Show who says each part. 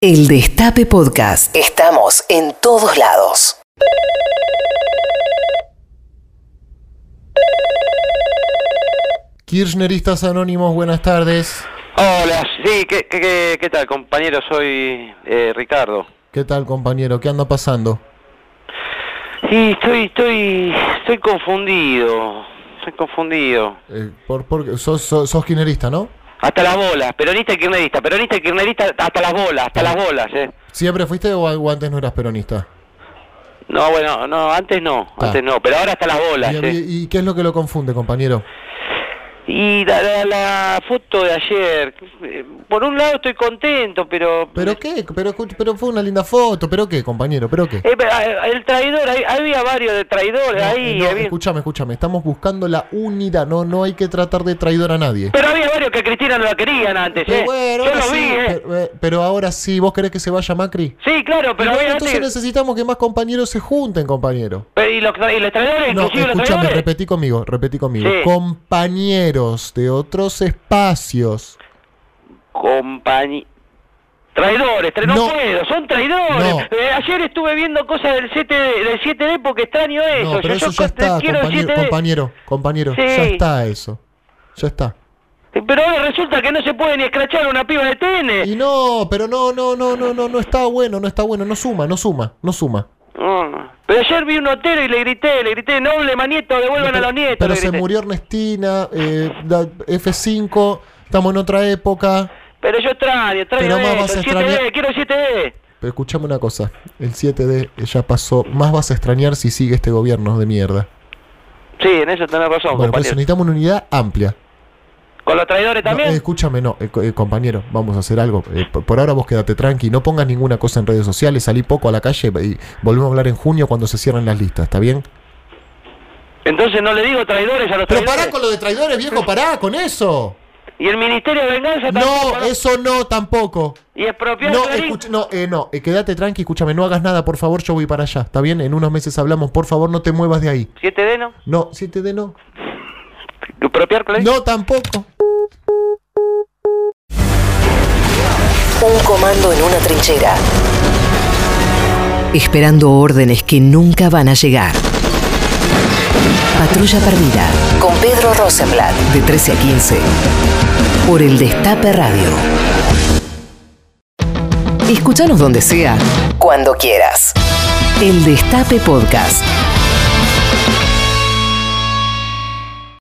Speaker 1: El Destape Podcast. Estamos en todos lados.
Speaker 2: Kirchneristas Anónimos, buenas tardes.
Speaker 3: Hola, sí, ¿qué, qué, qué, qué tal compañero? Soy eh, Ricardo.
Speaker 2: ¿Qué tal, compañero? ¿Qué anda pasando?
Speaker 3: Sí, estoy, estoy, estoy confundido, estoy confundido.
Speaker 2: Eh, por, por- sos, sos, sos kirchnerista, ¿no?
Speaker 3: Hasta las bolas, peronista y kirnerista, peronista y kirnerista, hasta las bolas, hasta las bolas, eh.
Speaker 2: ¿Siempre fuiste o, o antes no eras peronista?
Speaker 3: No, bueno, no, antes no,
Speaker 2: Ah.
Speaker 3: antes no, pero ahora hasta las bolas,
Speaker 2: ¿Y, a
Speaker 3: eh.
Speaker 2: mí- y qué es lo que lo confunde, compañero?
Speaker 3: Y la, la- la foto de ayer, eh, por un lado estoy contento, pero...
Speaker 2: ¿Pero qué? Pero, escu- pero fue una linda foto. ¿Pero qué, compañero? ¿Pero qué?
Speaker 3: Eh, pero, eh, el traidor, ahí- había varios de traidores
Speaker 2: No,
Speaker 3: ahí,
Speaker 2: eh, no,
Speaker 3: había-
Speaker 2: escúchame, escúchame. Estamos buscando la unidad. No, no hay que tratar de traidor a nadie.
Speaker 3: pero había varios que a Cristina no la querían antes, eh.
Speaker 2: Pero bueno,
Speaker 3: Yo
Speaker 2: ahora
Speaker 3: lo vi,
Speaker 2: sí.
Speaker 3: eh.
Speaker 2: Pero, eh, pero ahora sí. ¿Vos querés que se vaya Macri?
Speaker 3: Sí, claro, pero
Speaker 2: Y bueno,
Speaker 3: había antes...
Speaker 2: entonces necesitamos que más compañeros se junten, compañero.
Speaker 3: Pero, ¿Y los, tra- y los traidores,
Speaker 2: No,
Speaker 3: inclusive los
Speaker 2: escúchame,
Speaker 3: traidores?
Speaker 2: repetí conmigo, repetí conmigo.
Speaker 3: Sí.
Speaker 2: Compañeros de otros espacios.
Speaker 3: Compañi... Traidores, tra- no,
Speaker 2: No.
Speaker 3: puedo, son traidores.
Speaker 2: No.
Speaker 3: Eh, ayer estuve viendo cosas del 7 del 7D porque extraño eso.
Speaker 2: no, pero
Speaker 3: Yo-
Speaker 2: eso
Speaker 3: yo
Speaker 2: ya
Speaker 3: co-
Speaker 2: está,
Speaker 3: quiero el
Speaker 2: compañero,
Speaker 3: 7D.
Speaker 2: compañero, compañero, ya
Speaker 3: Sí.
Speaker 2: está eso. Ya está.
Speaker 3: Pero ahora resulta que no se puede ni escrachar a una piba de TN.
Speaker 2: Y no, pero no, no, no, no, no, no está bueno, no está bueno, no suma, no suma, no suma.
Speaker 3: No. Pero ayer vi un notero y le grité, le grité, noble manieto, devuelvan
Speaker 2: pero
Speaker 3: a los nietos.
Speaker 2: pero
Speaker 3: le
Speaker 2: se
Speaker 3: grité.
Speaker 2: murió Ernestina, eh, la F5, estamos en otra época.
Speaker 3: Pero yo extraño, extraño
Speaker 2: Pero más vas a
Speaker 3: eso, el 7D,
Speaker 2: extrañar-
Speaker 3: quiero el 7D.
Speaker 2: Pero escuchame una cosa, el 7D ya pasó, más vas a extrañar si sigue este gobierno de mierda.
Speaker 3: Sí, en eso tenés razón,
Speaker 2: Bueno, por eso
Speaker 3: compañero.
Speaker 2: necesitamos una unidad amplia.
Speaker 3: ¿Con los traidores
Speaker 2: No,
Speaker 3: también?
Speaker 2: eh, escúchame, no, eh, co- eh, compañero, vamos a hacer algo. Eh, por, por ahora vos quedate tranqui, no pongas ninguna cosa en redes sociales, salí poco a la calle y volvemos a hablar en junio cuando se cierren las listas, ¿está bien?
Speaker 3: Entonces no le digo traidores a
Speaker 2: Pero
Speaker 3: los traidores.
Speaker 2: pará con lo de traidores, viejo, pará con eso.
Speaker 3: Y el Ministerio de Venganza tampoco,
Speaker 2: No, eso no tampoco.
Speaker 3: Y expropiar
Speaker 2: No,
Speaker 3: Clarín.
Speaker 2: escucha- no, eh, no, eh, quédate tranqui, escúchame, no hagas nada, por favor, yo voy para allá, ¿está bien? En unos meses hablamos, por favor, no te muevas de ahí.
Speaker 3: 7D, ¿no?
Speaker 2: No, 7D no.
Speaker 3: Expropiar Clarín.
Speaker 2: No, tampoco.
Speaker 1: Un comando en una trinchera. Esperando órdenes que nunca van a llegar. Patrulla perdida. Con Pedro Rosenblatt. De 13 a 15. Por el Destape Radio. Escúchanos donde sea. Cuando quieras. El Destape Podcast.